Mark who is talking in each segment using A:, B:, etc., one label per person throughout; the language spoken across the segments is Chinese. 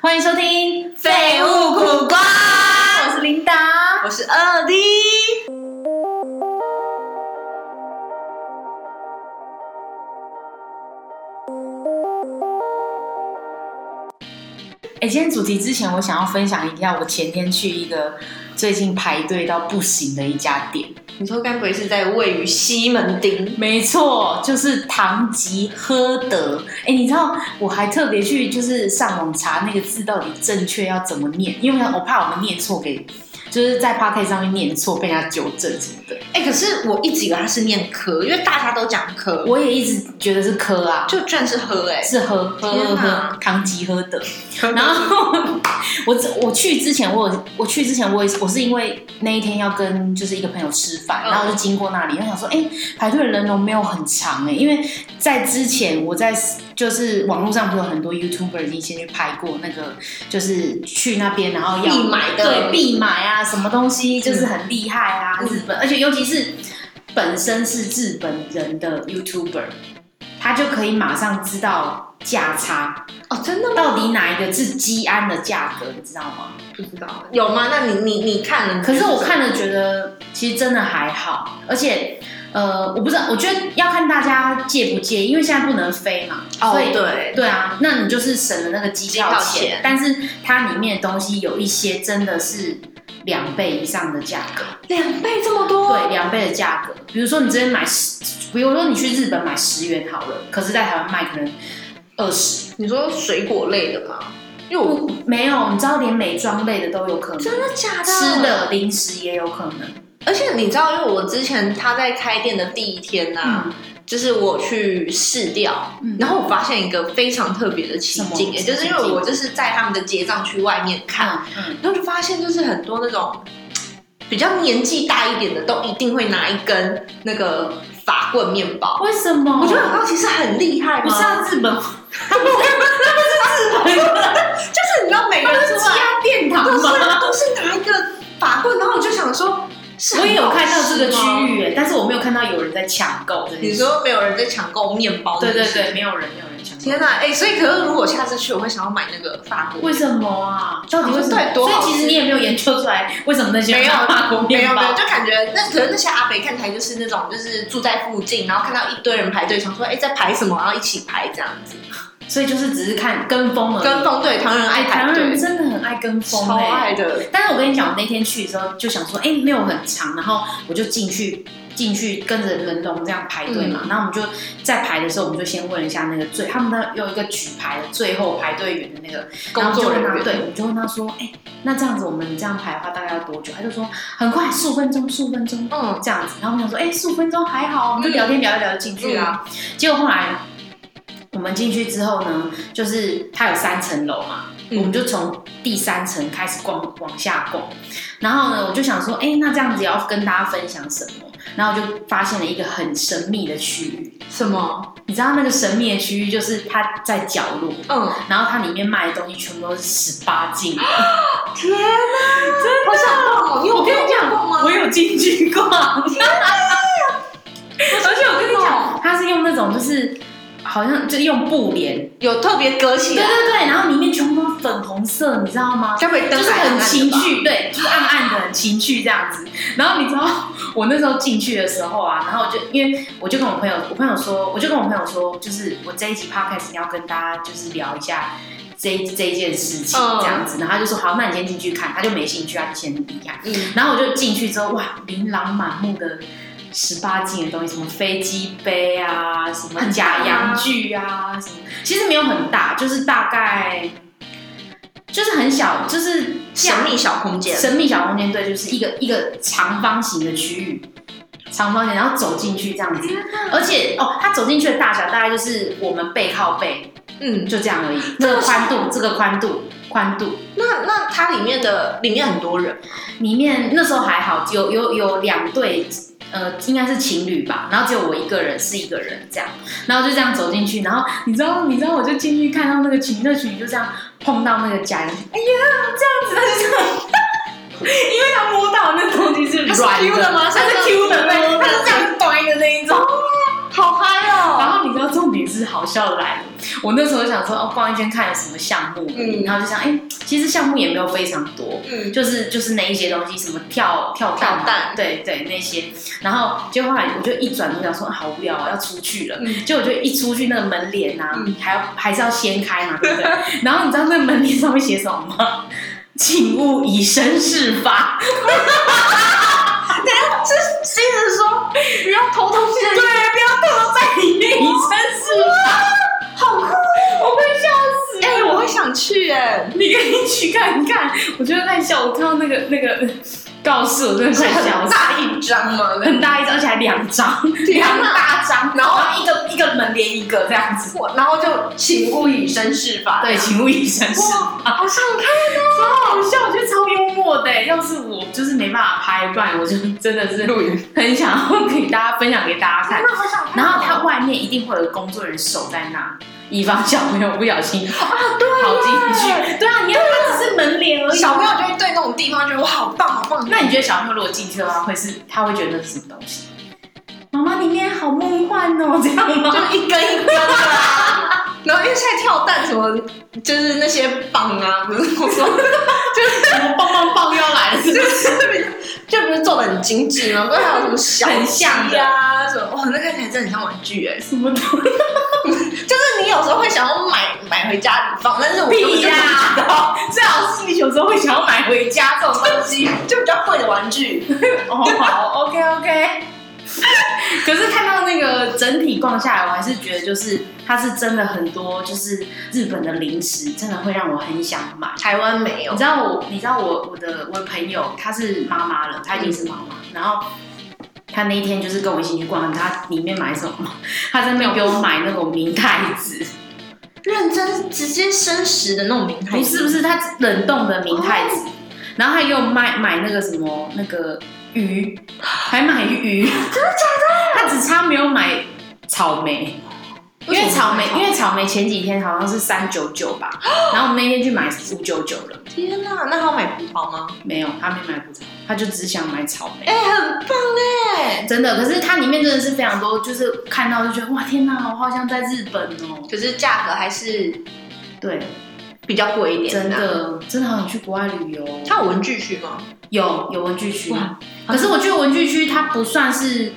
A: 欢迎收听《
B: 废物苦瓜
A: 我是琳达。
B: 我是二 D。
A: 哎，今天主题之前，我想要分享一下，我前天去一个最近排队到不行的一家店。
B: 你说该不会是在位于西门町？
A: 没错，就是唐吉诃德。哎，你知道我还特别去就是上网查那个字到底正确要怎么念，因为我怕我们念错给，就是在 p o c k e t 上面念错被人家纠正什么的。
B: 哎、可是我一直以为它是念科，因为大家都讲科，
A: 我也一直觉得是科啊，
B: 就居然是喝哎、
A: 是喝喝喝
B: 天
A: 喝
B: 哪
A: 唐吉诃 德。
B: 然
A: 然
B: 后
A: 后我只我去之前我，有我去之前我也是我是因为那一天要跟就是一个朋友吃饭，
B: 嗯
A: 然后我就经过那里，我想说，哎、排队的人龙没有很长哎、因为在之前我在就是网络上不是有很多 YouTuber 已经先去拍过那个，就是去那边然后要
B: 必买的
A: 对必买啊，什么东西就是很厉害啊，
B: 嗯
A: 日本，而且尤其是本身是日本人的 YouTuber，他就可以马上知道价差。
B: 哦，真的吗？嗯
A: 到底哪一个是基安的价格，你知道吗？
B: 不知道有吗？那你你你看了？
A: 可是我看了觉得其实真的还好，而且呃，我不知道，我觉得要看大家介不介意，因为现在不能飞嘛，
B: 哦
A: 所，以
B: 对，
A: 对啊，那你就是省了那个机票
B: 机票
A: 钱
B: 钱，
A: 但是它里面的东西有一些真的是两倍以上的价格，
B: 两倍这么多，
A: 对，两倍的价格。比如说你这边买十，比如说你去日本买十元好了，可是在台湾卖可能二十。
B: 你说水果类的吗？因为
A: 不
B: 我，
A: 没有，你知道，连美妆类的都有可能，
B: 哦真的假的？
A: 吃的零食也有可能。
B: 而且你知道，因为我之前他在开店的第一天呐、啊就是我去试掉，
A: 嗯
B: 然后我发现一个非常特别的奇
A: 什么
B: 景，也就是因为我就是在他们的结账区外面看，
A: 嗯嗯，
B: 然后就发现就是很多那种嘖比较年纪大一点的，都一定会拿一根那个法棍面包。
A: 为什么？
B: 我觉得很好奇是很厉害吗？
A: 不是啊，日 本，
B: 就是你知道每个人出来
A: 家殿堂
B: 都是？都是拿一个法棍，然后我就想说，是
A: 我也有看到这个
B: 域。
A: 区域耶，但是我没有看到有人在抢购这件事。
B: 你说没有人在抢购面包？
A: 对对对，。没有人，没有人抢购。
B: 天哪、哎、所以可是如果下次去，我会想要买那个法国
A: 为什么啊？到底为什么？
B: 对多
A: 所
B: 好
A: 以其实你也没有研究出来为什么那些人
B: 没有
A: 要法国
B: 没有
A: 面
B: 没有，
A: 包。
B: 就感觉那可能那些阿北看起来就是那种就是住在附近，然后看到一堆人排队，想说哎、在排什么，然后一起排这样子，
A: 所以就是只是看跟风而已。
B: 跟风对，嗯唐人爱
A: 哎，台
B: 排
A: 湾人
B: 队，
A: 真的很爱跟风，哎
B: 超爱。的，
A: 但是我跟你讲，我那天去的时候就想说，哎、没有很长，然后我就进去进去跟着人龙这样排队嘛，
B: 嗯
A: 然后我们就在排的时候，我们就先问一下那个最他们的有一个举牌的最后排队员的那个
B: 工作人
A: 然后我们就问他对
B: 员，，
A: 我们就问他说，哎、那这样子我们这样排的话大概要多久？他就说很快，十五分钟，十五分钟
B: 嗯，
A: 这样子。然后我们想说，哎、十五分钟还好，我们就聊天聊一聊就进去啦、
B: 嗯
A: 结果后来我们进去之后呢，就是它有三层楼嘛，
B: 嗯
A: 我们就从第三层开始逛，往下逛。然后呢，我就想说，哎、那这样子要跟大家分享什么？然后我就发现了一个很神秘的区域，
B: 什么？
A: 你知道那个神秘的区域就是它在角落，
B: 嗯，
A: 然后它里面卖的东西全部都是十八禁的。
B: 天哪、好想逛哦！哦你有
A: 我跟你讲
B: 逛吗？
A: 我有进去 逛，而且我跟你讲，它是用那种就是好像就用布帘，
B: 有特别隔起
A: 对
B: 来，
A: 对对，然后里面全部都是粉红色，你知道吗？
B: 该不会
A: 就
B: 灯
A: 是
B: 还暗暗
A: 很
B: 的吧
A: 情，趣，对，就是暗暗的很情趣这样子。然后你知道我那时候进去的时候啊，然后我就因为我就跟我朋友，我朋友说，我就跟我朋友说，就是我这一集 podcast 要跟大家就是聊一下这一这一件事情
B: 嗯
A: 这样子，然后他就说好，那你先进去看，他就没兴趣，他就先离开。
B: 嗯，
A: 然后我就进去之后，哇，琳琅满目的十八禁的东西，什么飞机杯啊，什么
B: 很大
A: 假
B: 吗
A: 洋具啊，什么，其实没有很大，就是大概就是很小，就是这样
B: 神秘小空间，
A: 神秘小空间，对，就是一个一个长方形的区域，长方形，然后走进去这样子，
B: 天哪
A: 而且哦，它走进去的大小大概就是我们背靠背，
B: 嗯，
A: 就这样而已，这个宽度，这个宽度，宽度。
B: 那那它里面的里面很多人，
A: 里面那时候还好，有有有两对，呃，应该是情侣吧，然后只有我一个人是一个人这样，然后就这样走进去，然后你知道你知道我就进去看到那个情侣，那情侣就这样碰到那个假人，哎呀这样子，他就这样， 因为 他摸到那东西是
B: 它是
A: 软
B: Q 的吗
A: 它是
B: 它是
A: Q 的，对，
B: Q 的
A: 它是这样掰的那一种。
B: 好嗨哦！
A: 然后你知道重点是好笑的来了，我那时候想说，哦，逛一间看有什么项目，
B: 嗯
A: 然后就想，哎、其实项目也没有非常多，
B: 嗯，
A: 就是就是那一些东西，什么跳跳
B: 跳
A: 蛋啊
B: 蛋
A: 对对那些。然后结果后来我就一转头想说，啊好无聊啊，要出去了。
B: 嗯
A: 结果我就一出去，那个门帘啊，
B: 嗯
A: 还要还是要掀开嘛，对不对？ 然后你知道那门帘上面写什么吗？请勿以身试法。
B: 这接着说，不要偷东西
A: 对，不要偷在里面以身试法，
B: 好酷！哦
A: 我会笑死。
B: 哎、我会想去哎、
A: 你可以去看看，我觉得太笑。我看到那个那个告示，我真的
B: 是
A: 快笑
B: 很
A: 死。
B: 大一张吗？
A: 很大一张，而且还两张，两大张，然后一个一个门连一个这样子。
B: 我然后就请勿以身试法。
A: 对，请勿以身试
B: 哇，好想看
A: 超好笑，我觉得超幽默的。欸要是我就是没办法拍，不然我就真的是
B: 录影，
A: 很想要给大家分享给大家看。
B: 啊那好想看。
A: 然后它外面一定会有工作人员守在那，以防小朋友不小心
B: 啊，对
A: 跑进
B: 耶
A: 去。对啊，你看它只是门帘而已。
B: 小朋友就会对那种地方觉得哇，好棒，好棒。
A: 那你觉得小朋友如果进去的话，会是他会觉得那是什么东西？妈妈里面好梦幻哦，这样 吗？
B: 就一根一根的 啊。然后因为现在跳蛋什么，就是那些棒啊，不是我说，
A: 什么棒棒棒要来了，是不是？
B: 就不是做的很精致 吗？不是还有什么小
A: 很像的
B: 呀、啊什么？哇，那看起来真的很像玩具哎、
A: 什么东西？
B: 就是你有时候会想要买买回家里放，但是我根本
A: 屁
B: 就
A: 呀、最好是你有时候会想要买回家这种东西。
B: 就比较贵的玩具。
A: 哦，好，OK OK。可是看到那个整体逛下来，我还是觉得就是它是真的很多，就是日本的零食真的会让我很想买。
B: 台湾没
A: 你
B: 有，
A: 知道我，你知道我我的我的朋友，她是妈妈了，她已经是妈妈，然后。她那一天就是跟我一起去逛，她里面买什么吗？她在那边给我买那种明太子，
B: 认真直接生食的那种名牌，
A: 不是不
B: 是？
A: 是，她冷冻的明太子，然后还给我买买那个什么那个鱼，还买鱼，真的假的？她只差没有买草莓，因为草莓因为草莓前几天好像是三九九 吧，然后我们那天去买五九九了，
B: 天哪、那他有买葡萄吗？
A: 没有，她没买葡萄，她就只想买草莓。
B: 哎、很棒哎、
A: 真的，可是它里面真的是非常多，就是看到就觉得哇天哪，我好像在日本哦。
B: 可是价格还是
A: 对，
B: 比较贵一点、
A: 真。的真的好想去国外旅游。
B: 它有文具区吗？
A: 有有文具区
B: 哇，
A: 可是我觉得文具区它不算是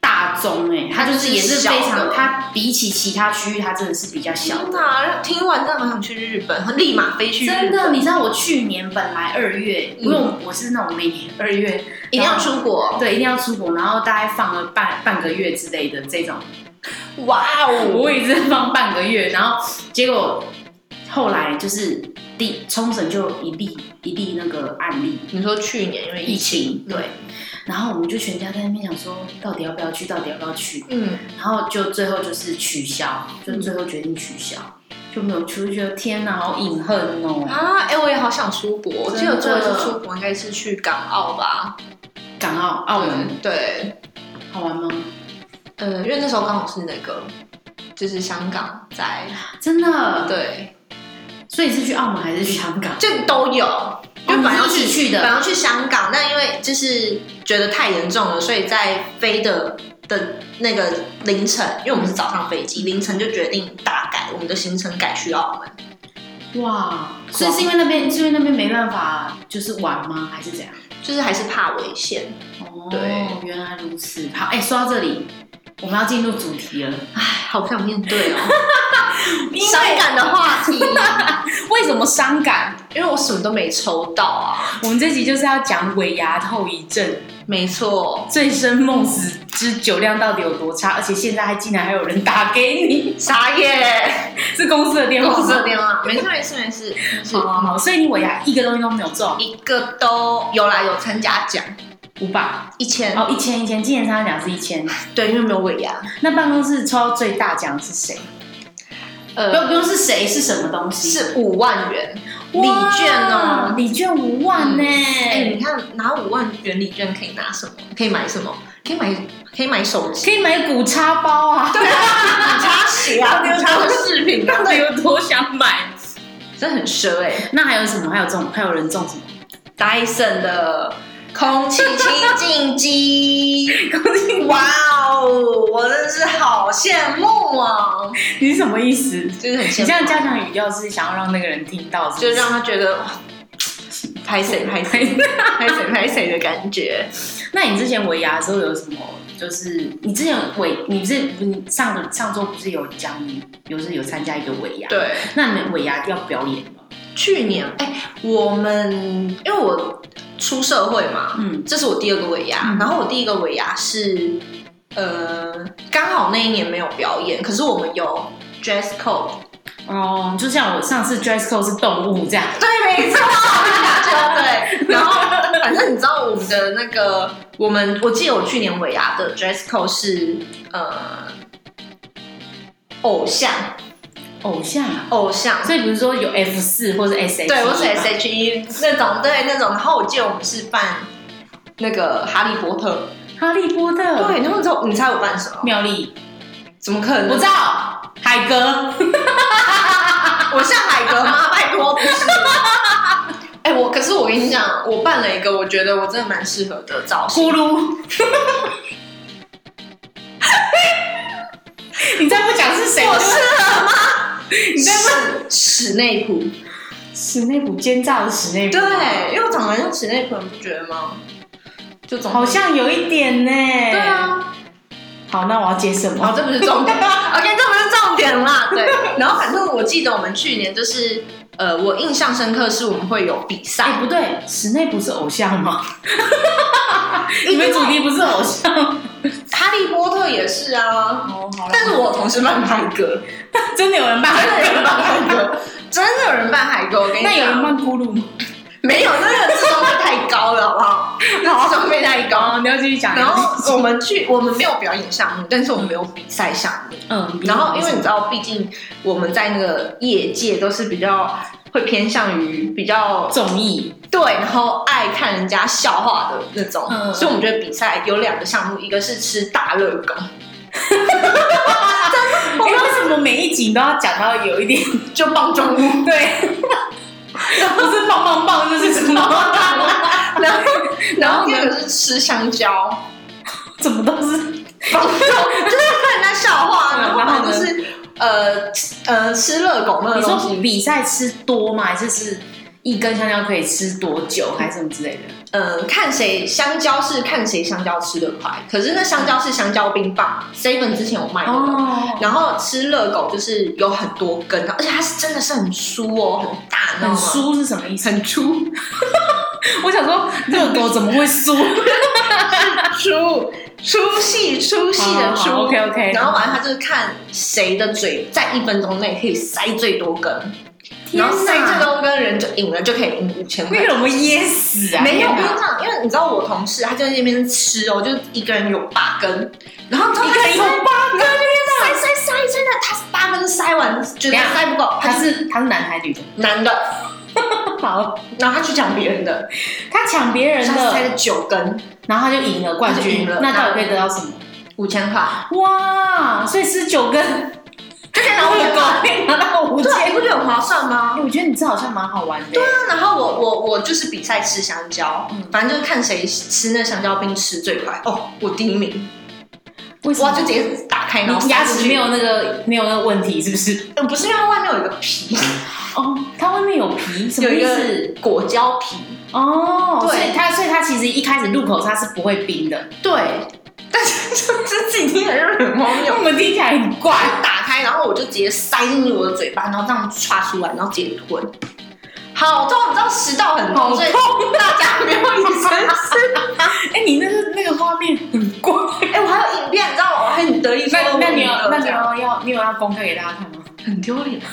A: 大众哎、它就是也是非
B: 它是小
A: 常，
B: 的
A: 它比起其他区域，它真的是比较小
B: 天
A: 的。
B: 哪！听完真的好想去日本，立马飞去日
A: 真
B: 本，
A: 的，你知道我去年本来二月，
B: 嗯
A: 因为我是那种每年二月
B: 一定要出国！
A: 对一定要出国，然后大概放了半半个月之类的这种
B: 哇哦！
A: 我也是放半个月，然后结果后来就是第冲绳就有一例一例那个案例
B: 你说去年因为
A: 疫
B: 疫
A: 情，
B: 情，
A: 对，然后我们就全家在那边想说，到底要不要去，到底要不要去，
B: 嗯，
A: 然后就最后就是取消，就最后决定取消，就没有出去，觉得天哪，好隐恨哦，
B: 啊，哎、我也好想出国，我记得我最
A: 真的
B: 后一次出国应该是去港澳吧，
A: 港澳澳门
B: 嗯，对，
A: 好玩吗？
B: 呃，因为那时候刚好是那个，就是香港在，
A: 真的，
B: 对，
A: 所以是去澳门还是去香港？
B: 这都有。因为本来要
A: 哦你是一
B: 去
A: 起去的
B: 本来要去香港，但因为就是觉得太严重了，所以在飞的的那个凌晨，因为我们是早上飞机，凌晨就决定大改我们的行程，改去澳门。
A: 哇，所以是因为那边是因为那边没办法就是玩吗？还是怎样？
B: 就是还是怕危险。
A: 哦，
B: 对
A: 原来如此。好，哎、说到这里，我们要进入主题了。
B: 唉，好不想面对哦， 伤感的话题，
A: 为什么伤感？
B: 因为我什么都没抽到啊。
A: 我们这集就是要讲尾牙后遗症，
B: 没错，
A: 醉生梦死之酒量到底有多差？而且现在还竟然还有人打给你，
B: 傻耶，
A: 是公司的电话
B: 公司的
A: 吗？
B: 电话，没事没事没事，就是
A: 好好好，所以你尾牙一个东西都没有中，
B: 一个都有啦，有参加奖
A: 五百
B: 一千，
A: 哦，一千一千，今年参加奖是一千。
B: 对，因为没有尾牙，
A: 那办公室抽到最大奖是谁？不用
B: 呃，
A: 不用是谁是什么东西？
B: 是五万元礼
A: 哇
B: 券哦。
A: 礼券嗯五万呢、
B: 哎，你看拿五万元礼券可以拿什么？可以买什么？可以买可以买手机，
A: 可以买古叉包 啊。
B: 对啊，插鞋 啊，插的饰品啊，
A: 到底有多想买？
B: 真的很奢哎。
A: 那还有什么？还有这种，还有人中什么？
B: Dyson 的空气清净机。
A: 空气，
B: 哇哦，我真是好羡慕哦！
A: 你是什么意思？你
B: 就是很羡
A: 这
B: 慕，啊
A: 样加强语调是想要让那个人听到是不，
B: 就是让他觉得哇，拍谁 拍谁 拍谁拍谁的感觉。
A: 那你之前尾牙的时候有什么？就是你之前尾，你这你上个上周不是有讲你，就是有参加一个尾牙？。
B: 对，
A: 那你的尾牙要表演吗？
B: 去年哎、我们因为我出社会嘛，
A: 嗯
B: 这是我第二个尾牙，
A: 嗯
B: 然后我第一个尾牙是呃，刚好那一年没有表演，可是我们有 dress code。
A: 哦，就像我上次 dress code 是动物这样，
B: 对，没错， 对。然后反正你知道我们的那个，我们我记得我去年尾牙的 dress code 是呃。偶像，
A: 偶像啊，
B: 偶像，
A: 所以比如说有 F 四或者 S H，
B: 对我是 S H E 那种，对那种。然后我记得我们是扮那个哈利波特，
A: 哈利波特，，
B: 对，然后你知道你猜我扮什么？
A: 妙丽，
B: 怎么可能？
A: 我知道，海哥，
B: 我像海格吗？拜托，不是。 哎、我可是我跟你讲，我办了一个我觉得我真的蛮适合的造型。
A: 呼噜。你再不讲是谁，
B: 我
A: 我就
B: 适合吗？
A: 你再不
B: 室室内裤，
A: 史内普奸诈的史内普，
B: 对，因为我长得像室内裤，你不觉得吗？就总
A: 好像有一点呢。
B: 对。啊，
A: 好，那我要接什
B: 好，
A: 么？
B: 哦这不是 重点，OK，这不是重点啦。对，然后反正我记得我们去年就是，呃，我印象深刻是我们会有比
A: 哎、
B: 赛，
A: 不对，史内普是偶像吗？你
B: 因
A: 们
B: 为
A: 主题不是偶像吗
B: 哈利波特也是啊，
A: 哦，好
B: 但是我同事扮海格，
A: 真的有人扮
B: 真的有人扮海哥， 真的有人扮海哥。我跟你
A: 那
B: 讲，
A: 有人扮咕噜吗？
B: 没有？那个智商费太高了，好不好？那智商费太高。
A: 哦，你要继续讲。
B: 然后我们去，我们没有表演项目，但是我们有比赛项目。
A: 嗯，
B: 然后因为你知道，毕竟我们在那个业界都是比较会偏向于比较
A: 综艺，
B: 对，然后爱看人家笑话的那种，
A: 嗯
B: 所以我们觉得比赛有两个项目，一个是吃大热狗，
A: 哎为什么每一集你都要讲到有一点
B: 就棒 状物。
A: 对？不是棒棒棒就是 什么？
B: 然后，然后第二个是吃香蕉。
A: 怎么都是
B: 就是看人家笑话，
A: 嗯
B: 然后
A: 然后
B: 反正就是呃呃吃热狗那个
A: 你
B: 东
A: 说
B: 西，
A: 比赛吃多吗？还是是一根香蕉可以吃多久，还是什么之类的？
B: 呃看谁香蕉是看谁香蕉吃的快，可是那香蕉是香蕉冰棒，seven 之前我卖过的。
A: 哦，
B: 然后吃热狗就是有很多根，而且它是真的是很酥哦，很大，你知道
A: 很
B: 吗？
A: 酥是什么意思？
B: 很粗，
A: 我想说热狗怎么会酥？
B: 粗粗细粗细的粗。
A: OK OK。
B: 然后完了，他就是看谁的嘴在一分钟内可以塞最多根，然后塞最
A: 这个
B: 多根人就赢了，就可以赢五千块
A: 会。怎么噎死啊？
B: 没有，我
A: 天
B: 跟你
A: 哪
B: 讲，因为你知道我同事他就在那边吃哦，就是一个人有八根，然后你知道
A: 一个人有
B: 八根，塞塞塞塞塞，他八根塞完觉得
A: 等一下
B: 塞不够，
A: 他
B: 他是
A: 是他是男还是女的？
B: 男的，
A: 好，
B: 然后他去抢别人的，
A: 他抢别人
B: 他塞
A: 的，
B: 了九根，
A: 然后他就赢了冠
B: 他就
A: 军
B: 赢了，
A: 那到底可以得到什么？
B: 五千块，
A: 哇！所以十九根
B: 就这
A: 然
B: 样
A: 后
B: 五千
A: 狗
B: 块，
A: 可以拿到五
B: 对啊，你
A: 千。
B: 不觉得很划算吗？
A: 哎我觉得你这好像蛮好玩的。对
B: 然后我我我就是比赛吃香蕉
A: 嗯，
B: 反正就是看谁吃那香蕉冰吃最快。哦，我第一名，
A: 为什
B: 哇，
A: 么
B: 就直？接打开，然后
A: 你牙
B: 塞
A: 齿
B: 进
A: 没
B: 去
A: 有，那个没有那个问题是不是？
B: 呃不是因为它外面有一个皮，
A: 哦，它外面有皮，什么
B: 有一
A: 意
B: 个
A: 思？
B: 果胶皮。
A: 哦，
B: 对
A: 所以它所以它其实一开始入口它是不会冰的。
B: 对，但是就这自己听起来就是很荒
A: 我
B: 谬。
A: 们听起来很怪。
B: 打开，然后我就直接塞进去我的嘴巴，然后这样刷出来，然后直接吞。好痛，你知道食道很痛，
A: 好啊
B: 所以大家没有医生吃。
A: 哎，你那个那个画面很 怪。
B: 哎、我还有影片，你知道我还很得意说
A: 那
B: 我
A: 那你有
B: 赢了
A: 那你
B: 这样
A: 有要你有要公开给大家看吗？
B: 很丢脸吧？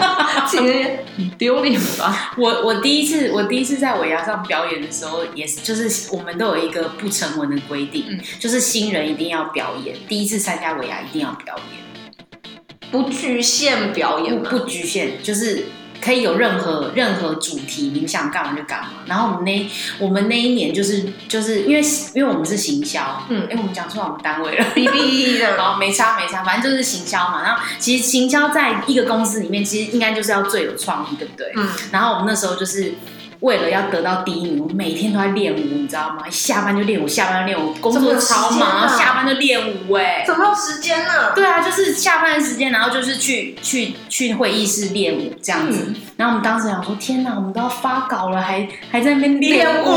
B: 其实很丢脸吧？
A: 我我第一次我第一次在尾牙上表演的时候，也是就是我们都有一个不成文的规定，
B: 嗯
A: 就是新人一定要表演，第一次参加尾牙一定要表演，
B: 不局限表演嘛
A: 不？不局限，就是可以有任何任何主题，你想干嘛就干嘛。然后我们那我们那一年就是就是因为因为我们是行销，
B: 嗯
A: 哎、我们讲出来我们单位了。
B: 哔哔的，
A: 好，没差没差，反正就是行销嘛。然后其实行销在一个公司里面，其实应该就是要最有创意，对不对？
B: 嗯，
A: 然后我们那时候就是为了要得到第一名，我每天都在练舞，你知道吗？下班就练舞，下班就练舞，工作超
B: 怎么有时间
A: 忙，
B: 啊
A: 下班就练舞、哎，
B: 怎么有时间呢？
A: 对啊，就是下班时间，然后就是去去去会议室练舞这样子。
B: 嗯
A: 然后我们当时想说，天哪，我们都要发稿了，还还在那边
B: 练
A: 舞，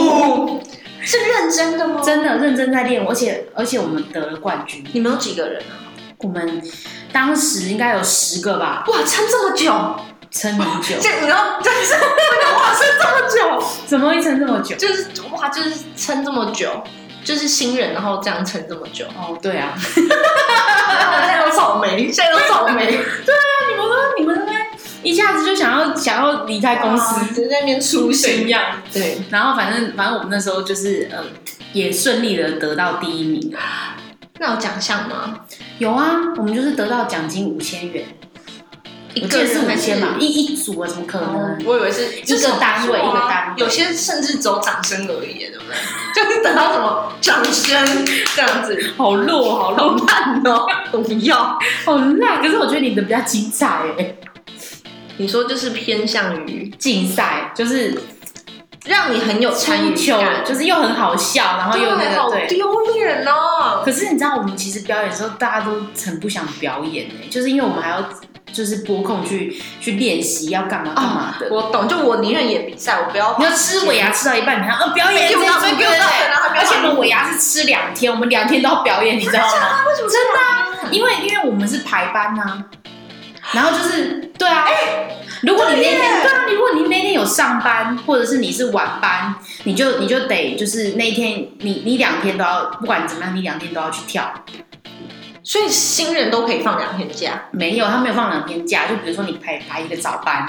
B: 舞是认真的吗？
A: 真的认真在练舞，而且而且我们得了冠军。
B: 你们有几个人啊？
A: 我们当时应该有十个吧，
B: 哇，撑这么久，
A: 撑很久，
B: 这你知 道，但是哇，撑这么久，
A: 怎么会撑这么久？
B: 就是哇，就是撑这么久，就是新人，然后这样撑这么久，
A: 哦，对啊，
B: 现在都草莓， 现在都草
A: 你
B: 莓，
A: 们说你们那边一下子就想要想要离开公司，
B: 只是在那边
A: 怎
B: 粗心，
A: 样？
B: 对，
A: 然后反正反正我们那时候就是呃，也顺利的得到第一名。
B: 那有奖项吗？
A: 有啊，我们就是得到奖金五千元，
B: 一
A: 我记
B: 个
A: 得是
B: 人
A: 五
B: 还
A: 千
B: 是
A: 吧，一一组啊，怎么可
B: 哦
A: 能？
B: 我以为是
A: 一个单位
B: 就是
A: 一个单位
B: 有些甚至只有掌声而已，对不对？就是等到什么掌声这样子，
A: 好弱，好
B: 好
A: 弱，
B: 烂哦，我不要。
A: 好烂。可是我觉得你的比较精彩哎，
B: 你说就是偏向于
A: 竞赛就是
B: 让你很有参与
A: 球
B: 感，，
A: 就是又很好笑，然后又那
B: 对，好
A: 个对。
B: 丢脸哦。
A: 可是你知道，我们其实表演的时候，大家都很不想表演哎、就是因为我们还要就是拨空去去练习要干嘛干嘛的。
B: 我懂，就我宁愿演比赛，我不要
A: 你要吃尾牙吃到一半，你还要呃表演这
B: 被 cue 到
A: 一
B: 被
A: 组
B: cue 到
A: 对
B: 然后还没有
A: 而且我们尾牙是吃两天，我们两天都要表演，你知道吗？
B: 为什么真的啊？
A: 因为因为我们是排班呐、然后就是对啊，如果你那
B: 哎对耶
A: 天对啊，如果你那天有上班，或者是你是晚班，你就你就得就是那一天你你两天都要，不管怎么样，你两天都要去跳。
B: 所以新人都可以放两天假，
A: 没有，他没有放两天假，就比如说你排排一个早班，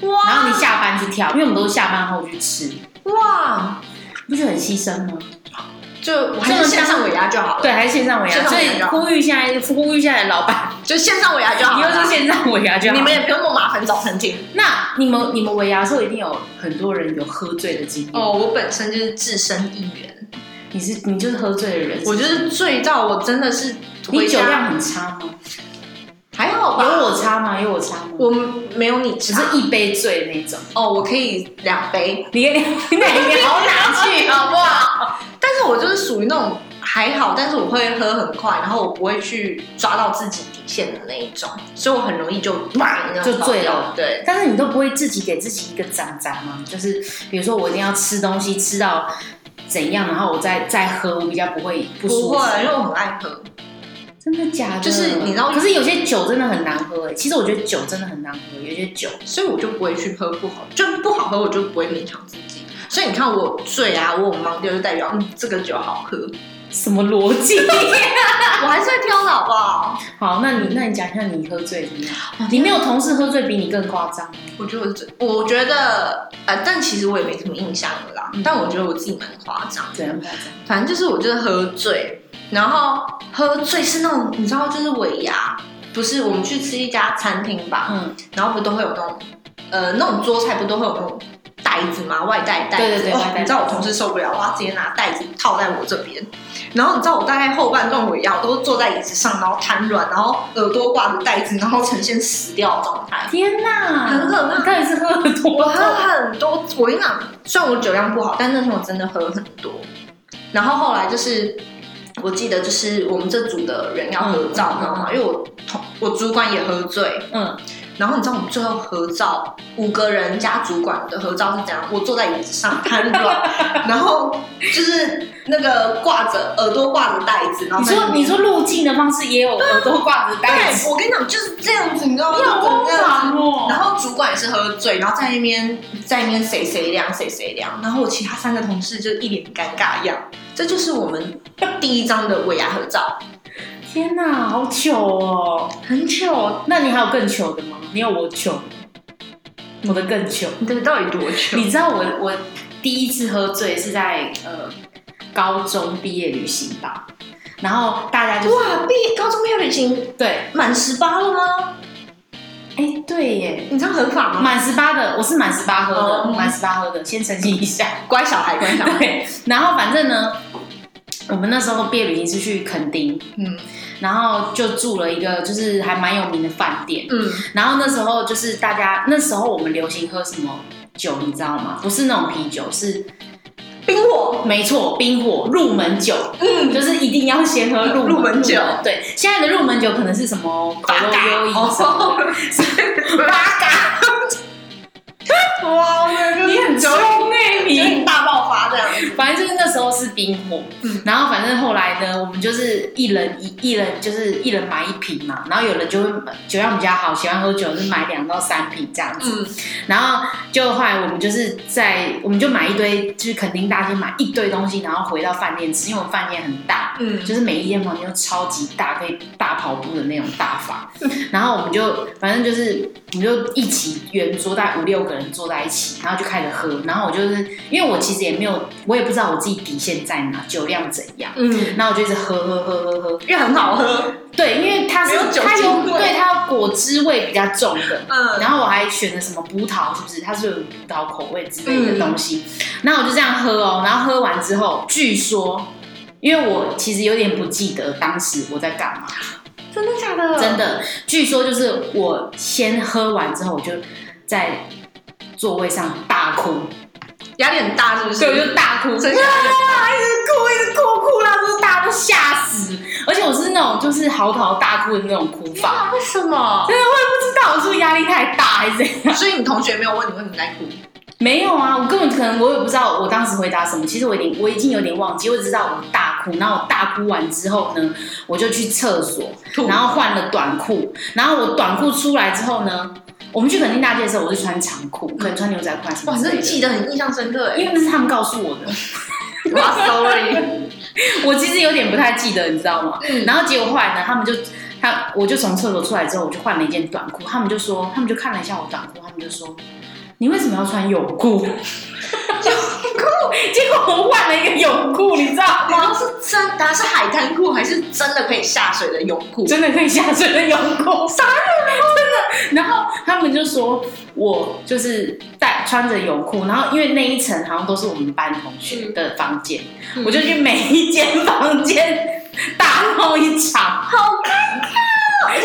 A: 然
B: 哇
A: 后你下班去跳，因为我们都是下班后去吃，
B: 哇，
A: 不是很牺牲吗？
B: 就我还是线上尾牙就好了，
A: 对，还是线上尾
B: 线
A: 牙，啊
B: 上
A: 所
B: 尾牙
A: 以呼吁现在呼吁现在的老板，
B: 就线上尾牙就好
A: 以后
B: 了
A: 就。线上尾牙就好。
B: 你们也不用那么麻烦找餐厅
A: 啊那你们你们尾牙的时候一定有很多人有喝醉的经验，
B: 哦。我本身就是自身一员，
A: 你是你就是喝醉的人，
B: 我就是醉到我真的是
A: 你
B: 回
A: 酒量
B: 家
A: 很差吗？
B: 还好
A: 有
B: 吧，
A: 我差吗？有我差吗？
B: 我没有你
A: 只
B: 差
A: 是一杯醉那种，
B: 哦，我可以两杯，
A: 你你你 你好难去
B: 好不好？但是我就是属于那种还好，但是我会喝很快，然后我不会去抓到自己底线的那一种，所以我很容易就哇
A: 就醉了。
B: 对，
A: 但是你都不会自己给自己一个章章吗？就是比如说我一定要吃东西吃到怎样，然后我再再喝，我比较不会不舒
B: 不
A: 服。
B: 会，因为我很爱喝。
A: 真的假的？
B: 就是你知道
A: 可是有些酒真的很难喝、欸。其实我觉得酒真的很难喝，有些酒
B: 所以我就不会去喝不好，就不好喝我就不会勉强自己。所以你看我醉啊，我有盲掉就代表嗯这个酒好喝，
A: 什么逻 辑？
B: 我还是会挑的好不好？
A: 好，那你那你讲一下你喝醉怎么样？
B: 哦
A: 你没有同事喝醉比你更夸张吗？
B: 我觉得我醉，我觉得呃，但其实我也没什么印象了啦。
A: 嗯
B: 但我觉得我自己蛮夸张的，
A: 怎样夸张？
B: 反正就是我就是喝醉，然后喝醉是那种你知道就是尾牙，不是我们去吃一家餐厅吧，
A: 嗯，
B: 然后不都会有那种呃那种桌菜不都会有那种袋子吗？外带袋子，
A: 对对对
B: 哦
A: 外带
B: 你知道我同事受不了，哇，直接拿袋子套在我这边。然后你知道我大概后半段尾牙，我都坐在椅子上，然后瘫软，然后耳朵挂着袋子，然后呈现死掉的状态，
A: 天哪，
B: 很可怕
A: 你。到底是喝了
B: 我
A: 多
B: 喝
A: 少？
B: 很多，我跟你讲，虽然我酒量不好，但那天我真的喝很多。然后后来就是，我记得就是我们这组的人要合照，
A: 嗯
B: 你知道吗？因为我同我主管也喝醉，
A: 嗯，
B: 然后你知道我们最后合照，五个人加主管的合照是怎样？我坐在椅子上瘫软，然后就是那个挂着耳朵挂着袋子，然后
A: 你
B: 在那
A: 说
B: 边
A: 你说入境的方式也有耳朵挂着带子，
B: 对，我跟你讲就是这样子，你知啊道吗？
A: 你好
B: 就整
A: 荒
B: 个样子
A: 唐哦。
B: 然后主管也是喝醉，然后在那边在那边谁谁凉谁谁凉，然后我其他三个同事就一脸尴尬一样。这就是我们第一张的尾牙合照，
A: 天哪，好糗哦！
B: 很糗。
A: 那你还有更糗的吗？你有我糗吗，我的更糗。
B: 你的到底多糗？
A: 你知道我我第一次喝醉是在呃高中毕业旅行吧，然后大家就是
B: 哇，毕业高中毕业旅行
A: 对，
B: 满十八了吗？
A: 哎、对耶，
B: 你这样合法吗？
A: 满十八的，我是满十八喝的，
B: 哦
A: 满十八喝的，先澄清一下。
B: 乖小孩，乖小孩。
A: 对，然后反正呢，我们那时候毕业旅行是去垦丁，
B: 嗯
A: 然后就住了一个就是还蛮有名的饭店。
B: 嗯，
A: 然后那时候就是大家那时候我们流行喝什么酒，你知道吗？不是那种啤酒，是
B: 冰火，
A: 没错，冰火入门酒，嗯，就是一定要先喝入
B: 入门酒
A: 对，现在的入门酒可能是什么可
B: 八
A: 乐
B: 嘎
A: 优饮什么
B: 哦
A: 的，八嘎，
B: 哇，你
A: 你很
B: 久
A: 聪哎
B: 你
A: 你。
B: 大爆发这样子，
A: 反正就是那时候是冰火，
B: 嗯
A: 然后反正后来呢，我们就是一人一一人就是一人买一瓶嘛，然后有人就会酒量比较好，喜欢喝酒就是买两到三瓶这样子，
B: 嗯
A: 然后就后来我们就是在我们就买一堆，就是垦丁大街买一堆东西，然后回到饭店吃，因为我们饭店很大，
B: 嗯，
A: 就是每一间房间都超级大，可以大跑步的那种大 法。然后我们就反正就是，我们就一起圆桌，大概五六个人坐在一起，然后就开始喝。然后我就是因为我其实也没有，我也不知道我自己底线在哪，酒量怎样。
B: 嗯，
A: 然后我就一直喝喝喝喝喝，
B: 因为很好喝，
A: 对，因为它是
B: 没有酒精
A: 它有
B: 味
A: 对它有果汁味比较重的，
B: 嗯，
A: 然后我还选了什么葡萄，是不是？它是有葡萄口味之类的东西。然后我就这样喝哦，然后喝完之后，据说，因为我其实有点不记得当时我在干嘛，
B: 真的假的？
A: 真，的，据说就是我先喝完之后，我就在座位上大哭，
B: 压力很大，是不是？
A: 所以我就大哭，啊
B: 真
A: 哇，一直
B: 的
A: 哭，一直哭，哭到就是大家都吓死，而且我是那种就是嚎啕大哭的那种哭法，
B: 哇，为什么？
A: 真的我也不知道我是不是压力太大还是怎样。
B: 所以你同学没有问你为什么在哭？
A: 没有啊，我根本可能我也不知道我当时回答什么，其实我已经我已经有点忘记，我只知道我大哭，然后我大哭完之后呢，我就去厕所，
B: 吐
A: 然后换了短裤，然后我短裤出来之后呢，我们去垦丁大街的时候，我是穿长裤，可能穿牛仔裤还啊是什
B: 嗯哇，
A: 么之
B: 真
A: 类
B: 的记
A: 的。
B: 得很印象深刻哎。
A: 因为那是他们告诉我的，
B: 哇，sorry，
A: 我其实有点不太记得，你知道吗？
B: 嗯
A: 然后结果后来呢，他们就他我就从厕所出来之后，我就换了一件短裤，他们就说，他们就看了一下我短裤，他们就说，你为什么要穿泳裤？ 结果我换了一个泳裤，你知道
B: 然
A: 吗？
B: 后是真的是海滩裤，还是真的可以下水的泳裤？
A: 真的可以下水的泳裤，啥人真的。然后他们就说我就是带穿着泳裤，然后因为那一层好像都是我们班同学的房间，我就去每一间房间大闹一场，
B: 好看，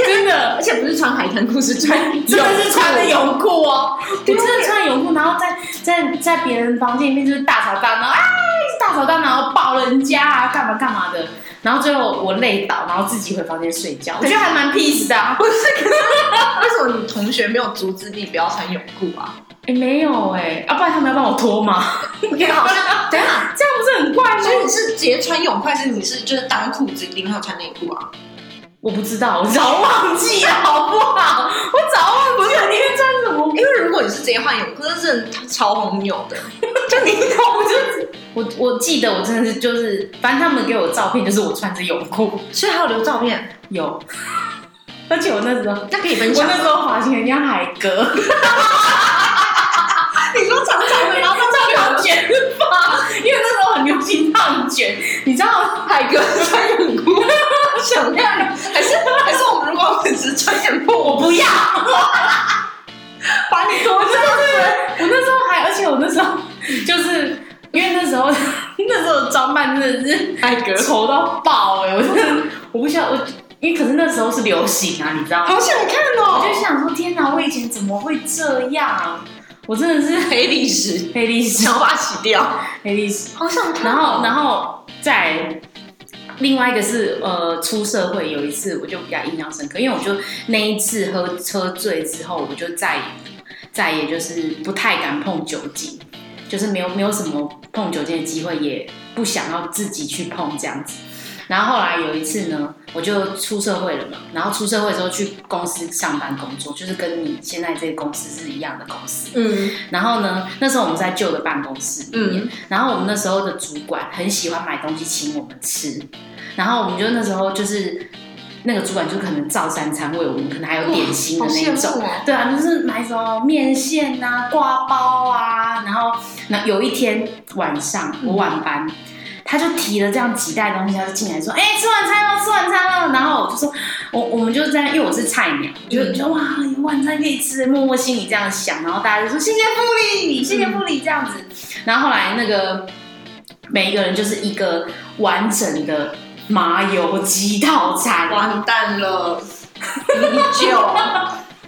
A: 真的。
B: 而且不是穿海滩裤，是穿
A: 真的是穿的
B: 泳
A: 泳裤哦，我真的穿泳裤，然后在在在别人房间里面就是大吵大闹啊，一直大吵大闹，抱人家啊，干嘛干嘛的，然后最后我累倒，然后自己回房间睡觉，我觉得还蛮 peace 的、啊。
B: 裤。为什么你同学没有阻止你不要穿泳裤啊？
A: 哎、没有哎、啊，不然他们要帮我脱吗？
B: 你好像等一下，
A: 这样不是很怪吗
B: 所？以你是直接穿泳裤，还是你是就是当裤子，一定没有穿内裤啊？
A: 我不知道，我早忘记了，好不好？我早忘记了，你天穿什么？
B: 因为如果你是直接换泳裤，那真的超红牛的。 就你懂，
A: 我就我我记得我真的是就是，反正他们给我照片就是我穿着泳裤
B: 所以还有留照片，
A: 有， 而且我那时候。
B: 那可以分
A: 我
B: 享。
A: 那时候发型很像海哥，
B: 你说长长的，然后
A: 烫卷发，因为那时候很流行烫卷，你知道？
B: 海哥穿泳裤，想要你，还是还是我们如果粉丝穿泳裤，
A: 我不要，
B: 把你脱掉。
A: 我那时候还，而且我那时候就是因为那时候 那时候装扮真的是
B: 海哥
A: 丑到爆哎、我真的 我不晓得我，因为可是那时候是流行啊，你知道吗？
B: 好想看
A: 我
B: 哦，
A: 就想说，天哪，我以前怎么会这样？我真的是
B: 黑历史，
A: 黑历史，
B: 想把它洗掉，
A: 黑历史。
B: 好想看
A: 然后，
B: 哦。
A: 然后再来另外一个是呃，出社会有一次我就比较印象深刻，因为我就那一次喝喝醉之后，我就再也再也就是不太敢碰酒精，就是没有没有什么碰酒精的机会，也不想要自己去碰这样子。然后后来有一次呢，我就出社会了嘛，然后出社会之后去公司上班工作，就是跟你现在这个公司是一样的公司。
B: 嗯
A: 然后呢，那时候我们在旧的办公室里面，
B: 嗯
A: 然后我们那时候的主管很喜欢买东西请我们吃，然后我们就那时候就是那个主管就可能照三餐喂我们，可能还有点心的
B: 嗯哇好
A: 那一
B: 羡
A: 种
B: 慕哦。
A: 对啊，就是买什么面线呐、挂包啊，然后那有一天晚上我晚班。他就提了这样几袋东西，他就进来说：“哎、吃晚餐了，吃晚餐了。”然后我就说：“我我们就在，因为我是菜鸟，我就
B: 嗯
A: 觉得哇，有晚餐可以吃，默默心里这样想。然后大家就说：谢谢富丽，谢谢富丽这样子。然后后来那个每一个人就是一个完整的麻油鸡套餐。
B: 完蛋了，米 酒，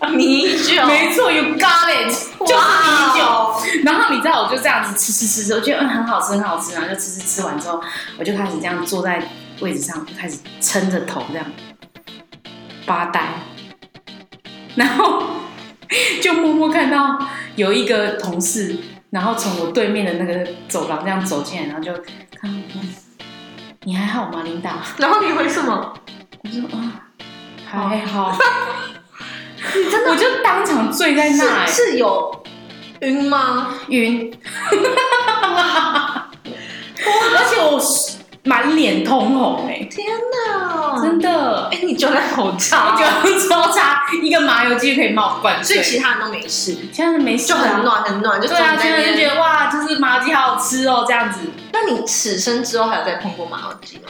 B: 米酒，
A: 没错，You got it，就是米酒。
B: 哇哦，
A: 然后你知道，我就这样子吃吃吃吃，我觉得嗯很好吃，很好吃，然后就吃吃吃完之后，我就开始这样坐在位置上，就开始撑着头这样发呆，然后 就默默看到有一个同事，然后从我对面的那个走廊这样走进来，然后就看到我嗯你还好吗，琳达？
B: 然后你回什么？
A: 我说啊、还好，
B: 你真
A: 哦我就当场醉在那、
B: 的
A: 欸
B: 是，是有晕吗？
A: 晕， 而且我满脸通红哎、
B: 天哪，
A: 真的，
B: 哎，你酒量好差
A: 我
B: 哦
A: 觉，得超差，一个麻油鸡可以冒罐
B: 所
A: 醉，
B: 以其他人都没事，
A: 现在没事
B: 就
A: 啊
B: 很暖很暖，就
A: 对
B: 坐
A: 啊，
B: 在
A: 现
B: 那
A: 在就觉
B: 边。
A: 得哇，就是麻油鸡好好吃哦，这样子，
B: 那你此生之后还有再碰过麻油鸡吗？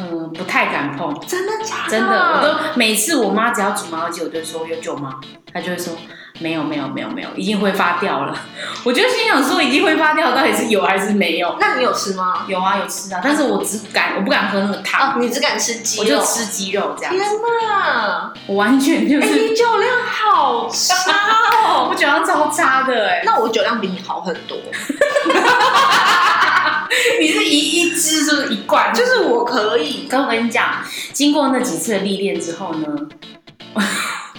A: 呃，不太敢碰，
B: 真的假的？
A: 真的，我都每次我妈只要煮麻油鸡，我就说有酒吗？她就会说。没有没有没有没有，已经挥发掉了。 我就心想说，已经挥发掉，到底是有还是没有？
B: 那你有吃吗？
A: 有啊有吃啊，但是我只敢我不敢喝那个汤
B: 啊，，你只敢吃鸡
A: 我
B: 肉
A: 就？吃鸡肉这样
B: 天。哪！
A: 我完全就
B: 哎、
A: 是，
B: 你酒量好差哦！
A: 我觉得超差的哎、
B: 那我酒量比你好很 多，
A: 你是一一支是不是一罐？就，
B: 就是是我可以。
A: 可我跟你讲，经过那几次的历练之后呢，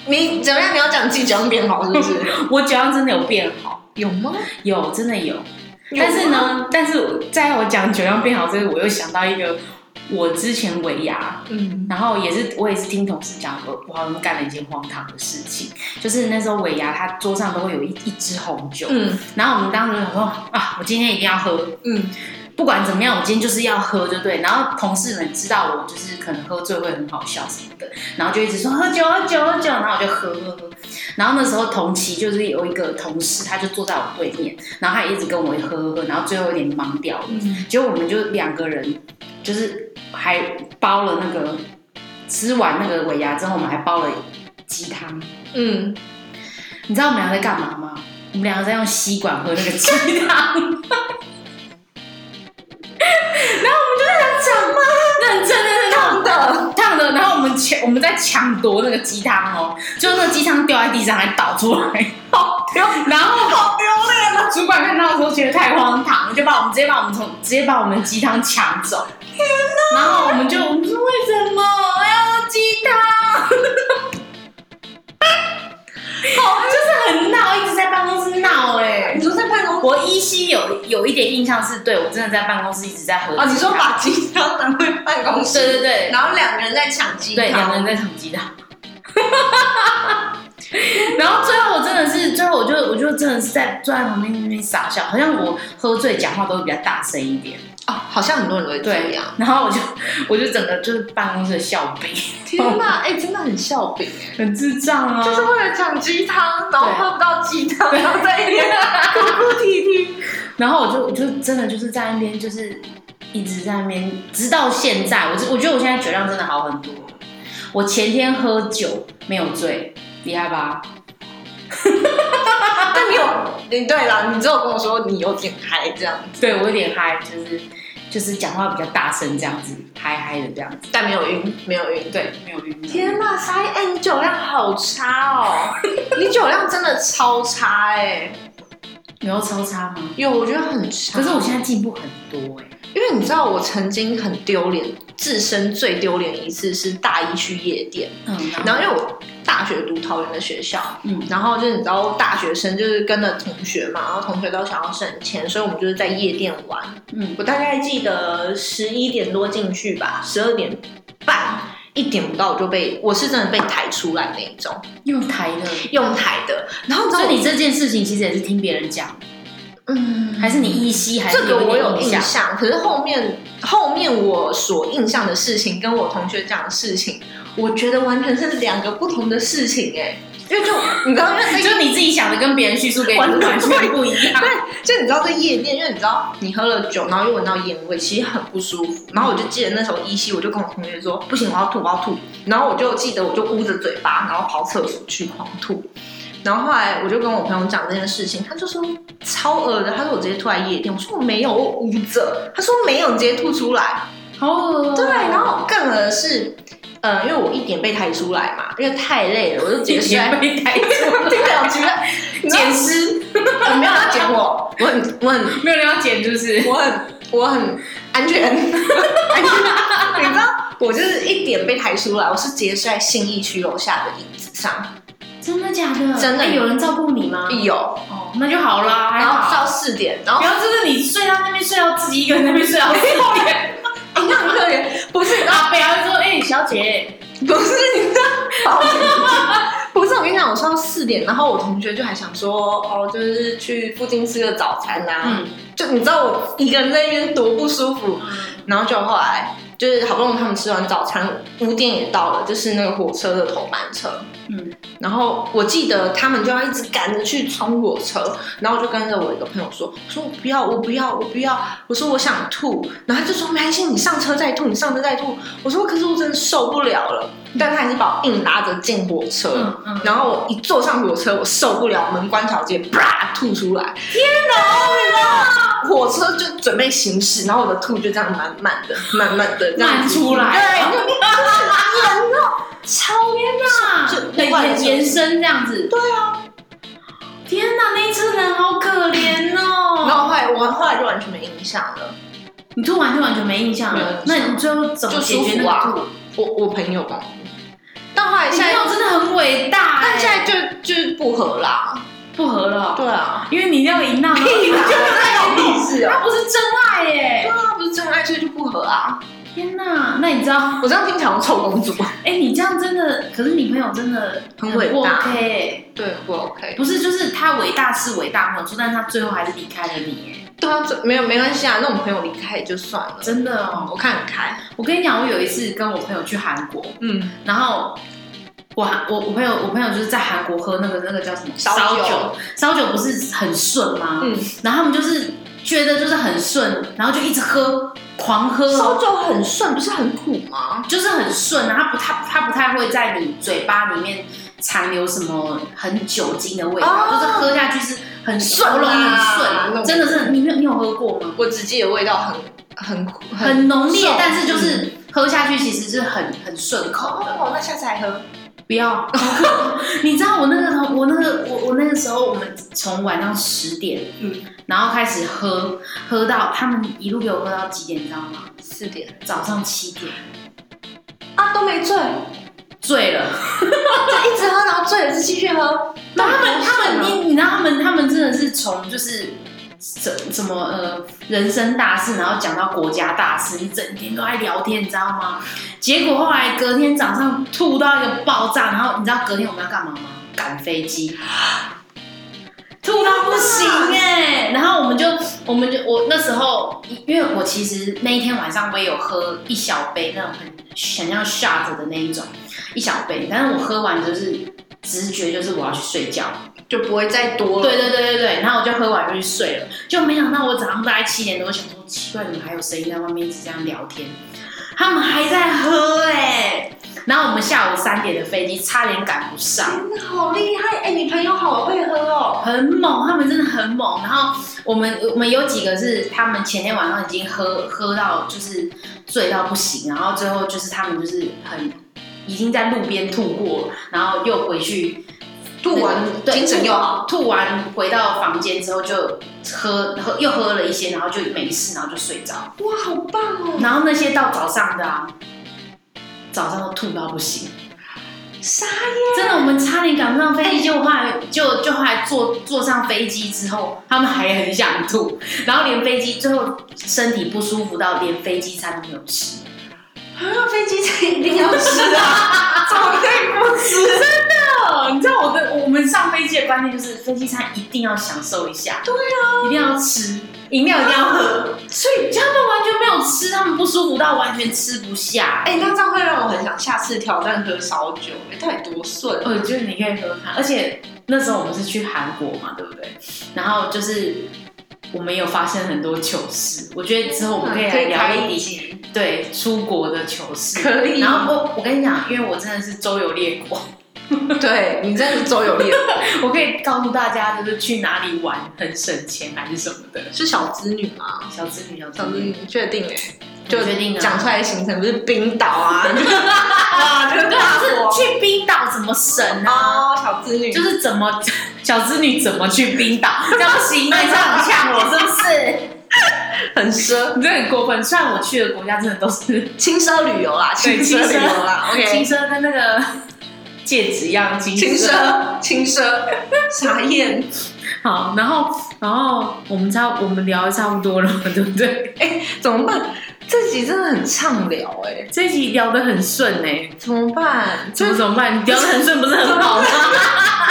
B: 你怎么样？你要讲自己酒量变好是不是？
A: 我酒量真的有变好，
B: 有吗？
A: 有真的有。但是，呢，但是我在我讲酒量变好之后，我又想到一个，我之前尾牙，
B: 嗯，
A: 然后也是我也是听同事讲，我我好像干了一件荒唐的事情，就是那时候尾牙，他桌上都会有一一支红酒，
B: 嗯
A: 然后我们当时就想说啊，我今天一定要喝，
B: 嗯，
A: 不管怎么样，我今天就是要喝，就对。然后同事们知道我就是可能喝醉会很好笑什么的，啊然后就一直说喝啊酒喝酒喝酒，然后我就喝喝喝。然后那时候同期就是有一个同事，他就坐在我对面，然后他也一直跟我喝喝喝，然后最后有点忙掉了。
B: 嗯
A: 结果我们就两个人，就是还包了那个吃完那个尾牙之后，我们还包了鸡汤。
B: 嗯，
A: 你知道我们俩在干嘛吗？我们两个在用吸管喝那个鸡汤， 然后我们就在那抢吗？认真认真
B: 烫的，
A: 烫的，然后我们抢我们在抢夺那个鸡汤哦，就那个鸡汤掉在地上还倒出来，
B: 好丢，
A: 然后
B: 好丢脸啊！
A: 主管看到的时候觉得太荒唐，就把我们直接把我们从直接把我们鸡汤抢走。然后我们就我们说为什么要鸡汤？好，就是很闹，一直在办公室闹哎、
B: 你说在办公
A: 我依稀有有一点印象是，对我真的在办公室一直在喝。
B: 啊？你说？把鸡汤拿回办公室？
A: 对对对
B: 然后两个人在抢鸡汤，
A: 对，两个人在唱鸡汤。然后最后我真的是，最后我就我就真的是在坐在旁边那边傻笑，好像我喝醉讲话都会比较大声一点。
B: 哦，好像很多人都会这
A: 对
B: 样。，
A: 然后我就我就整个就是办公室的笑柄，
B: 天哪，哎、真的很笑柄哎。
A: 很智障啊！
B: 就是为了抢鸡汤，然后
A: 对
B: 喝不到鸡汤，然后在一 边哭哭啼啼。
A: 然后我就我就真的就是在那边就是一直在那边，直到现在，我是我觉得我现在酒量真的好很多。我前天喝酒没有醉，厉害吧？
B: 但你有，你对啦，你只有跟我说你有点嗨这样，
A: 对我有点嗨，就是就是讲话比较大声这样子，嗨嗨的这样子。
B: 但没有晕，没有晕。
A: 对，没有晕。
B: 天呐，沙溢，哎、你酒量好 差哦，你酒量真的超差哎、
A: 有要抽插吗？
B: 有，我觉得很差。
A: 可是我现在进步很多哎、
B: 因为你知道，我曾经很丢脸，自身最丢脸一次是大一去夜店，
A: 嗯，
B: 然后因为我大学读桃园的学校，
A: 嗯
B: 然后就是你知道大学生就是跟着同学嘛，然后同学都想要省钱，所以我们就是在夜店玩。
A: 嗯
B: 我大概记得十一点多进去吧，十二点半一点不到我就被，我是真的被抬出来那一种，
A: 又抬了，
B: 用抬的。然后你知
A: 所
B: 道
A: 以你这件事情其实也是听别人讲，
B: 嗯
A: 还是你依稀还是
B: 这个我有印
A: 象？
B: 象，可是后面后面我所印象的事情跟我同学讲的事情，我觉得完全是两个不同的事情哎、因 为就你知道，因为 在
A: 就你自己想的跟别人叙述给你
B: 完全
A: 完全不一样。
B: 对，就你知道在夜店，因为你知道你喝了酒，然后又闻到烟味，其实很不舒服。然后我就记得那时候依稀，我就跟我同学说，不行，我要吐，我要吐。然后我就记得我就捂着嘴巴，然后跑厕所去狂吐。然后后来我就跟我朋友讲这件事情，他就说超恶的，他说我直接吐在夜店，我说我没有，我捂着，他说没有，你直接吐出来。
A: 好恶、哦
B: 对，然后更恶的是，呃，因为我一点被抬出来嘛，因为太累了，我就直接睡在
A: 被抬
B: 对啊，我觉得
A: 捡尸，
B: 我没有要剪我，我很我很
A: 没有人要捡，就是
B: 我很我很安全，安全。你知道，我就是一点被抬出来，我是直接睡在信义区楼下的椅子上，
A: 真的假的？
B: 真的
A: 哎有人照顾你吗？
B: 有，
A: 哦，那就好啦，还
B: 然后到
A: 好。
B: 四点，然后
A: 不要就是你睡到那边睡到自己一个人在那边睡到 四点，
B: 哎那很可怜，不是，然后
A: 啊，不要说哎、小姐，
B: 不是，你知道，保险不是，我跟你讲，我睡到四点，然后我同学就还想说，哦，就是去附近吃个早餐啊，
A: 嗯，
B: 就你知道我一个人在那边多不舒服，然后就后来就是好不容易他们吃完早餐，五点也到了，就是那个火车的头班车。
A: 嗯，
B: 然后我记得他们就要一直赶着去冲火车，然后我就跟着我一个朋友说：“我说我不要，我不要，我不要。”我说我想吐，然后他就说：“没关系，你上车再吐，你上车再吐。”我说：“可是我真的受不了了。”但他还是把我硬拉着进火车。
A: 嗯嗯
B: 然后我一坐上火车，我受不了，门关条街，啪吐出来。天哪！火车就准备行驶，然后我的吐就这样慢慢的、慢慢的这样
A: 慢出来
B: 对，然后就人哦，超
A: 天哪，
B: 就
A: 啊对延延伸这样子，对啊，天哪，那一车人好可怜
B: 然
A: 哦。
B: 后后来我后来就完全没印象了。
A: 你吐完就完全没印象了，
B: 没有印象
A: 那你最后怎么
B: 就
A: 解
B: 舒
A: 决
B: 服
A: 那个
B: 啊
A: 吐？
B: 我我朋友吧，但后来
A: 你
B: 现
A: 朋
B: 在，
A: 友真的很伟大、
B: 但
A: 哎
B: 现在就就是不合啦。
A: 不合了，
B: 对啊，
A: 因为你要赢到，
B: 屁啦
A: 那
B: 那有屁事啊
A: 那不是真爱耶！
B: 那不是真爱，所以就不合啊。
A: 天哪，那你知道？
B: 我这样听起来像臭公主。
A: 哎、你这样真的，可是你朋友真的
B: 很
A: 不
B: 伟大
A: OK，耶
B: 对，不 OK。
A: 不是就是他伟大是伟大没有错，但是他最后还是离开了你，耶，
B: 对啊，这没有没关系啊，那我们朋友离开也就算了。
A: 真的哦。
B: 我看很开，
A: 我跟你讲，我有一次跟我朋友去韩国，
B: 嗯，
A: 然后我韩我我朋友我朋友就是在韩国喝那个那个叫什么
B: 烧酒
A: 酒，烧酒不是很顺吗？
B: 嗯，
A: 然后他们就是觉得就是很顺，然后就一直喝，狂喝哦，
B: 烧酒很顺，不是很苦吗？
A: 就是很顺啊，它不它它不太会在你嘴巴里面残留什么很酒精的味道，
B: 哦
A: 就是喝下去是很
B: 顺啊
A: 喉咙
B: 那
A: 很顺，
B: 种
A: 真的是你没有你有喝过吗？
B: 我只记得味道很很苦，
A: 很嗯浓烈
B: 顺，
A: 但是就是喝下去其实是很很顺口的。
B: 哦，那下次还喝？
A: 不要， 你知道我那个我那个我我那个时候我们从晚上十点，
B: 嗯，
A: 然后开始喝，喝到他们一路给我喝到几点，你知道吗？
B: 四点
A: 早上七点，
B: 啊，都没醉，
A: 醉了。
B: 就一直喝，然后醉了就继续喝。
A: 那他
B: 啊
A: 们他们你你知道他们他们真的是从就是什什么呃人生大事，然后讲到国家大事，一整天都在聊天，你知道吗？结果后来隔天早上吐到一个爆炸，然后你知道隔天我们要干嘛吗？赶飞机。吐到不行哎、然后我们就，我们就，我那时候，因为我其实那一天晚上我也有喝一小杯那种很很像 shot 的那一种，一小杯，但是我喝完就是直觉就是我要去睡觉，
B: 就不会再多了。
A: 对对对对对，然后我就喝完就去睡了，就没想到我早上大概七点多，我想说奇怪，怎么还有声音在外面一直这样聊天？他们还在喝哎、然后我们下午三点的飞机差点赶不上，
B: 真的好厉害！哎、你朋友好会喝哦。
A: 很猛，他们真的很猛。然后我们我们有几个是他们前天晚上已经喝喝到就是醉到不行，然后最后就是他们就是很已经在路边吐过了，然后又回去
B: 吐完
A: 对
B: 精神又好，
A: 吐完回到房间之后就喝喝又喝了一些，然后就没事，然后就睡着。
B: 哇，好棒哦！
A: 然后那些到早上的啊，早上都吐到不行，
B: 傻
A: 真的，我们差点赶不上
B: 哎
A: 飞机，结果后来就就后来坐坐上飞机之后，他们还很想吐， 然后连飞机最后身体不舒服到连飞机餐都没有吃，
B: 啊！飞机餐一定要吃啊，怎么可以不吃？
A: 哦，你知道我的我们上飞机的观念就是飞机餐一定要享受一下，对啊，一定要吃，饮 料一定要喝。
B: 所以，
A: 他们完全没有吃，他们不舒服到完全吃不下。
B: 哎、那这样会让我很想下次挑战喝烧酒、哎，到底多顺？
A: 我觉得呃你可以喝看，而且那时候我们是去韩国嘛，对不对？然后就是我们有发生很多糗事，我觉得之后我们嗯可以来聊
B: 开
A: 一
B: 一
A: 集
B: 集，
A: 对出国的糗事。
B: 可以。
A: 然后我我跟你讲，因为我真的是周游列国，
B: 对你真的是周有力，
A: 我可以告诉大家，就是去哪里玩很省钱还是什么的。
B: 是小资女吗？
A: 小资女，小资
B: 小资
A: 女，
B: 女确定哎、
A: 我决嗯定了啊
B: 讲出来的行程不是冰 岛啊，啊，就是大
A: 对，
B: 国
A: 是去冰岛怎么省啊？
B: 哦，小资女
A: 就是怎么 小资女怎么去冰岛？这样不行，那你这样很呛我是不是？
B: 很奢
A: 你这很过分。虽然我去的国家真的都是
B: 轻奢旅游啦，
A: 对
B: 奢旅游啦
A: 轻
B: ，OK，
A: 奢跟那个戒指一样轻
B: 轻。奢轻奢，傻眼。
A: 好，然后然后我们差我们聊得差不多了嘛， 对不对？
B: 怎么办？这集真的很畅聊哎、
A: 这一集聊得很顺哎、
B: 怎么办？
A: 怎
B: 就
A: 么
B: 是
A: 怎么办？聊得很顺不是很 好吗？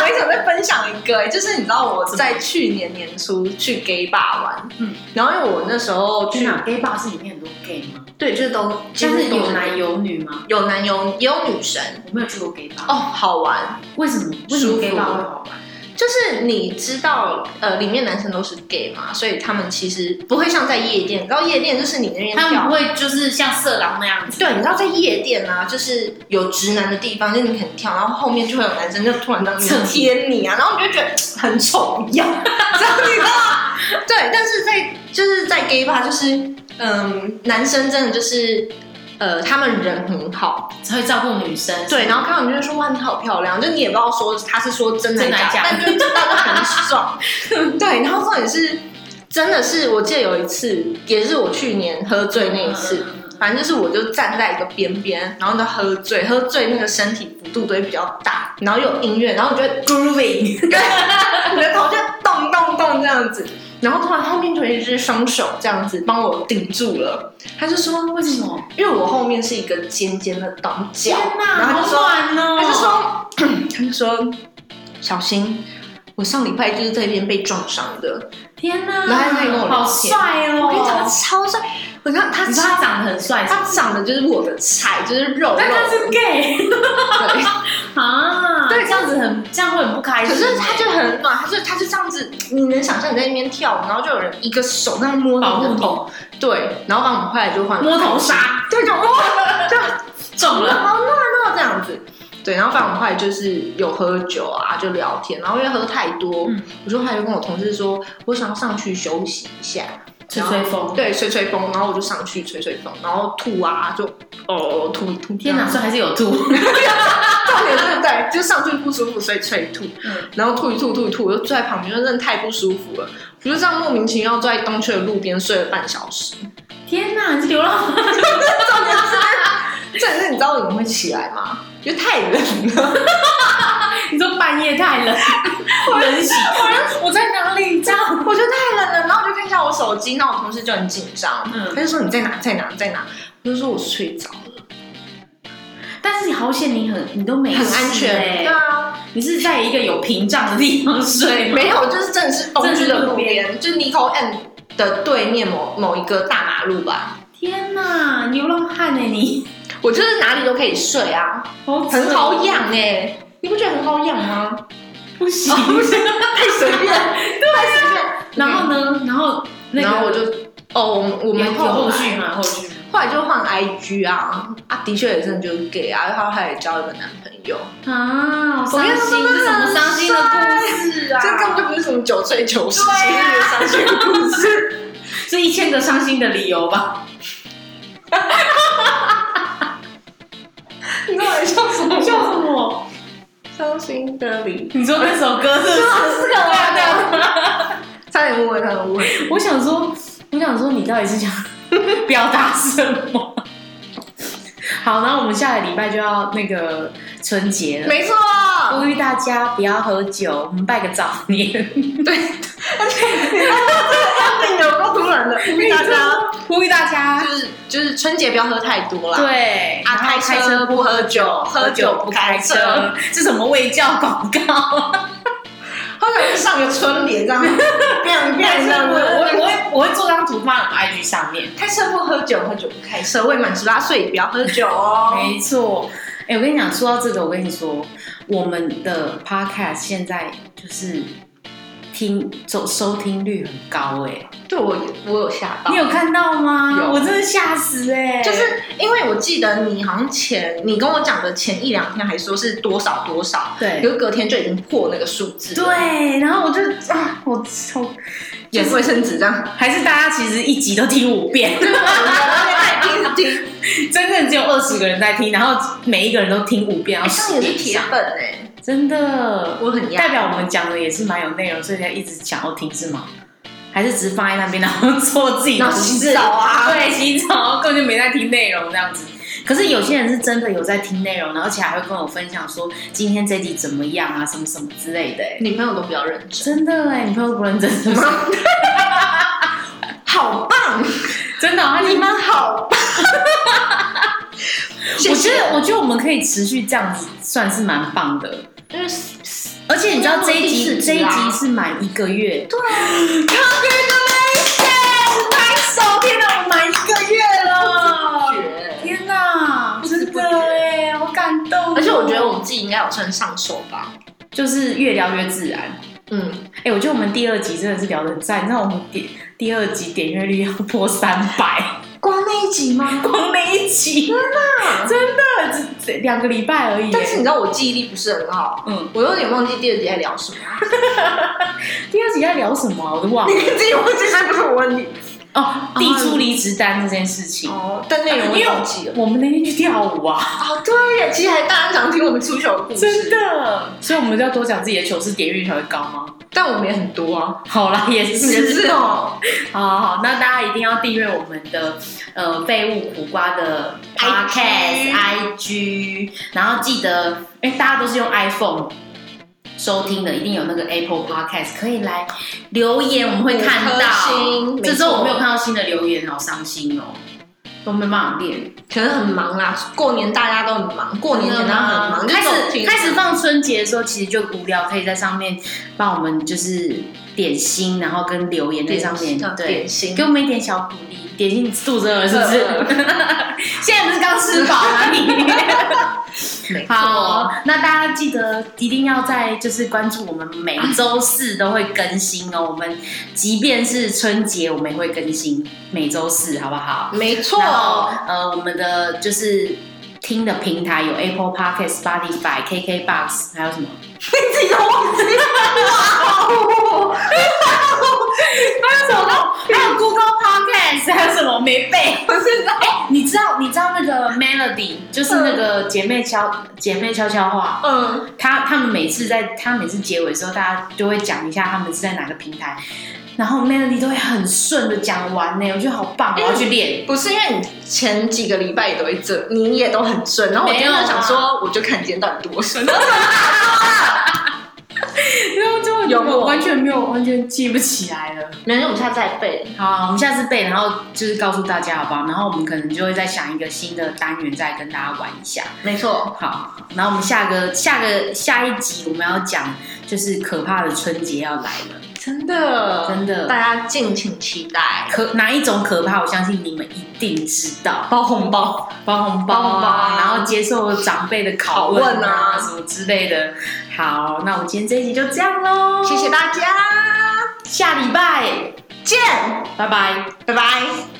B: 我也想再分享一个、哎，就是你知道我在去年年初去 gay bar 玩，
A: 嗯
B: 嗯，然后因为我那时候
A: 去
B: 去，
A: 哪？gay bar 是里面很多 gay 吗？
B: 对，就是都
A: 像是有
B: 男
A: 男有女吗？
B: 有男有也有女生
A: 我没有去过 gay bar
B: 哦，，好玩，
A: 为什么？为什么
B: 舒服
A: gay bar 会好玩？
B: 就是你知道呃里面男生都是 gay 嘛，所以他们其实不会像在夜店，你知道夜店就是你那边
A: 他们
B: 跳
A: 不。会就是像色狼那样子，
B: 对，你知道在夜店啊，就是有直男的地方，就是你可能跳，然后后面就会有男生就突然这样
A: 蹭你
B: 贴你啊，然后你就觉得嘖很丑一样，这样你知道吗？对，但是在就是在 gay bar，就是嗯，男生真的就是呃，他们人很好，
A: 才会照顾女生。
B: 对，然后看到你就会说哇，你好漂亮，就你也不知道说他是说真的
A: 真的
B: 假，
A: 假
B: 的，但就知道就很爽，对，然后重点是真的是，我记得有一次也是我去年喝醉那一次。
A: 嗯，嗯嗯
B: 反正就是我就站在一个边边，然后呢喝醉，喝醉那个身体幅度都会比较大，然后有音乐，然后我就会 grooving，对， 你的头就动动动这样子，然后突然后面就有一只双手这样子帮我顶住了，他就说，
A: 嗯为什么？
B: 因为我后面是一个尖尖的短角，
A: 哪
B: 然后
A: 好
B: 就说
A: 暖哦！
B: 他就说， 他就说小心。我上礼拜就是在这边被撞伤的，
A: 天哪，
B: 然后他就跟我聊
A: 好
B: 天
A: 帅哦！
B: 我跟你讲，他超帅！我看他
A: 你说他长得很帅，
B: 他长得就是我的菜，就是肉肉
A: 但他是 gay
B: 对，
A: 啊，
B: 对
A: 这样子很这样会很不开
B: 可
A: 心。欸
B: 是他就很暖，他就他就这样子，你能想象你在那边跳舞，然后就有人一个手那样摸
A: 保
B: 你
A: 护
B: 的
A: 你
B: 头，对，然后把我们后来就换
A: 摸头，杀
B: 对，就摸，就
A: 中了，
B: 好暖哦这样子。对，然后反正我们后来就是有喝酒啊，就聊天，然后因为喝太多，
A: 嗯
B: 我就后来就跟我同事说，我想要上去休息一下，
A: 吹吹风。
B: 对， 吹吹风，然后我就上去吹吹风，然后吐啊，就哦吐一吐，
A: 天哪，
B: 这
A: 所以还是有 吐。
B: 样，重点对对，就上去不舒服，所以吹吐，
A: 嗯
B: 然后吐一吐吐一吐，我就坐在旁边，就真的太不舒服了。我就这样莫名其妙坐在东区的路边睡了半小时，
A: 天哪，你是流浪汉，
B: 这也是你知道我怎么会起来吗？因为太冷了，
A: 你说半夜太冷，冷醒，我在哪里？这样
B: 我觉得太冷了，然后我就看一下我手机，然后我同事就很紧张，
A: 嗯
B: 他就说你在哪在哪在哪，我就说我睡着了，
A: 但是你好险，你很你都没
B: 很
A: 事
B: 安全，
A: 欸
B: 对啊，
A: 你是在一个有屏障的地方睡吗？
B: 没有，就是真的是东区的路边，就是 Nico M 的对面某某一个大马路吧，
A: 天哪，流浪汉哎、你，
B: 我就是哪里都可以睡啊，
A: 好扯哦
B: 很好，养哎、 你不觉得很好养吗？
A: 哦
B: 哦
A: 不行。
B: 不是 太随便，太随便。
A: 然后呢？然后那个
B: 嗯然后我就哦，我
A: 有有
B: 们
A: 后
B: 后
A: 续吗？后续吗
B: 后来就换 IG 啊啊，的确也真的就是 gay 啊，然后他也交了个男朋友，
A: 啊，好
B: 我
A: 伤
B: 跟你说
A: 心，这是什么伤心的故事啊？
B: 这根本就不是什么九岁九十七
A: 对啊
B: 月伤心的故事，
A: 这一千个伤心的理由 吧？
B: 你到底笑什么？
A: 叫什么？
B: 伤心的 理，
A: 你说那首歌是不是？
B: 是啊
A: 对啊对啊
B: 差点误会，差点误会。
A: 我想说，我想说，你到底是想 表达什么？好，那我们下个礼拜就要那个春节了，
B: 没错，
A: 呼吁大家不要喝酒，我们拜个早年，
B: 有够突然的，呼吁大家
A: 呼吁大家
B: 就，是就是春节不要喝太多啦。
A: 对，
B: 啊
A: 然后
B: 开车不喝酒喝酒不开车，
A: 是什么卫教广告？
B: 后来我就上个春 联这样，变变这样
A: 我
B: 子。
A: 我我会我会做张图放我 IG 上面，
B: 开车不喝酒，喝酒不开车。未满十八岁也不要喝酒哦。
A: 没错。哎、我跟你讲，说到这个，我跟你说，我们的 podcast 现在就是听收收听率很高哎、
B: 对我我有吓到
A: 你，有看到吗？
B: 哦有
A: 我真的吓死哎、
B: 就是因为我记得你好像前你跟我讲的前一两天还说是多少多少，
A: 对
B: 可是隔天就已经破那个数字，，
A: 对，然后我就啊，我从
B: 演卫生纸这 样，
A: 还是大家其实一集都听五 遍，
B: 啊听听，
A: 真正只有二十个人在听，然后每一个人都听五遍，然
B: 好
A: 后
B: 像也是铁粉哎、
A: 真的，
B: 我很讶
A: 代表我们讲的也是蛮有内容，所以才一直想要听是吗？还是只是放在那边，然后做自己的
B: 然后洗
A: 事
B: 澡啊
A: 对，洗澡根本就没在听内容这样子。可是有些人是真的有在听内容，然后而且还会跟我分享说今天这集怎么样啊，什么什么之类的、欸。
B: 女朋友都比较认真，
A: 真的哎、你朋友不认真是不 是？
B: 好棒，
A: 真的哦、他
B: 啊你
A: 你
B: 们好 棒，
A: 我觉得，我觉得我们可以持续这样子，算是蛮棒的。
B: 因为
A: 而且你知道这一
B: 因
A: 集，
B: 为我第四
A: 这
B: 集
A: 一
B: 啊
A: 集是满一个月，
B: 对啊，
A: Congratulations！拍手，天哪，我满一个月了！
B: 哦觉
A: 天哪，
B: 不知
A: 真
B: 不
A: 的
B: 觉
A: 哎，好感动哦、
B: 而且我觉得我们自己应该有趁上手吧，
A: 就是越聊越自然。
B: 嗯，
A: 哎、我觉得我们第二集真的是聊得很赞，你知道我们第第二集点阅率要破三百，
B: 光那一集吗？
A: 光那一集，真的，真的，只两个礼拜而已耶。
B: 但是你知道我记忆力不是很好，
A: 嗯，
B: 我有点忘记第二集在聊 什么，
A: 第二集在聊什么啊我都忘了。
B: 自己忘记是不是我问你？
A: 哦，递出离职单这件事情，
B: 哦，但内容
A: 因
B: 我
A: 为
B: 忘记了。
A: 我们那天去跳舞 啊，
B: 哦，对耶，其实还大家想听我们出糗的故
A: 真
B: 事，
A: 的，所以我们就要多讲自己的糗事，点阅率才会高吗？哦
B: 但我们也很多啊，
A: 好啦，也
B: 也
A: 是。
B: 是哦，
A: 好好好，那大家一定要订阅我们的呃废物苦瓜的
B: IG
A: podcast IG，然后记得，哎、大家都是用 iPhone 收听的，一定有那个 Apple Podcast，可以来留言，我们会看
B: 五颗
A: 到。
B: 星
A: 这周
B: 没错
A: 我没有看到新的留言，好伤心哦，都没办法练。
B: 可能很忙啦，过年大家都很忙，过年前大家很忙，
A: 开
B: 就是
A: 始
B: 停
A: 开始放春节的时候，其实就无聊，可以在上面帮我们就是点心，然后跟留言在
B: 点
A: 上面
B: 心
A: 对。
B: 点心
A: 给，我们一点小鼓励，点心肚子饿了是不是
B: 饿？
A: 现在不是刚吃饱吗你？
B: 没错
A: 好，，哦那大家记得一定要在就是关注我们每周四都会更新哦。我们即便是春节，我们也会更新每周四，好不好？
B: 没错，
A: 然后呃，我们的就是听的平台有 Apple Podcast、Spotify、KKBox，还有什么？
B: 你自己都忘记了， 哇哦，
A: 还有什么？还有 Google Podcast，还有什么没背？
B: 我现在
A: 哎你知道，你知道那个 Melody 就是那个姐妹悄姐妹悄悄话，
B: 嗯，
A: 她她们每次在她每次结尾的时候，大家就会讲一下她们是在哪个平台，然后 Melody 都会很顺的讲完呢，我觉得好棒，我要去练。
B: 不是因为你前几个礼拜也都会这，你也都很顺，然后我今天就想
A: 没
B: 说，我就看你今天到底多 顺，
A: 然后就
B: 有
A: 我
B: 我
A: 完全没有完全记不起来了。
B: 没事，我们下次再背。
A: 好，我们下次背，然后就是告诉大家好不好？然后我们可能就会再想一个新的单元，再跟大家玩一下。
B: 没错，
A: 好，然后我们下个下个下一集我们要讲就是可怕的春节要来了。
B: 真的
A: 真的
B: 大家敬请期待。
A: 可哪一种可怕？我相信你们一定知道，
B: 包红包，
A: 包红包
B: 包红包
A: 啊，
B: 啊
A: 然后接受长辈的拷
B: 拷问
A: 啊，
B: 啊
A: 什么之类的。好，那我们今天这一集就这样喽，
B: 谢谢，大家，
A: 下礼拜
B: 见，
A: 拜拜。
B: 拜拜。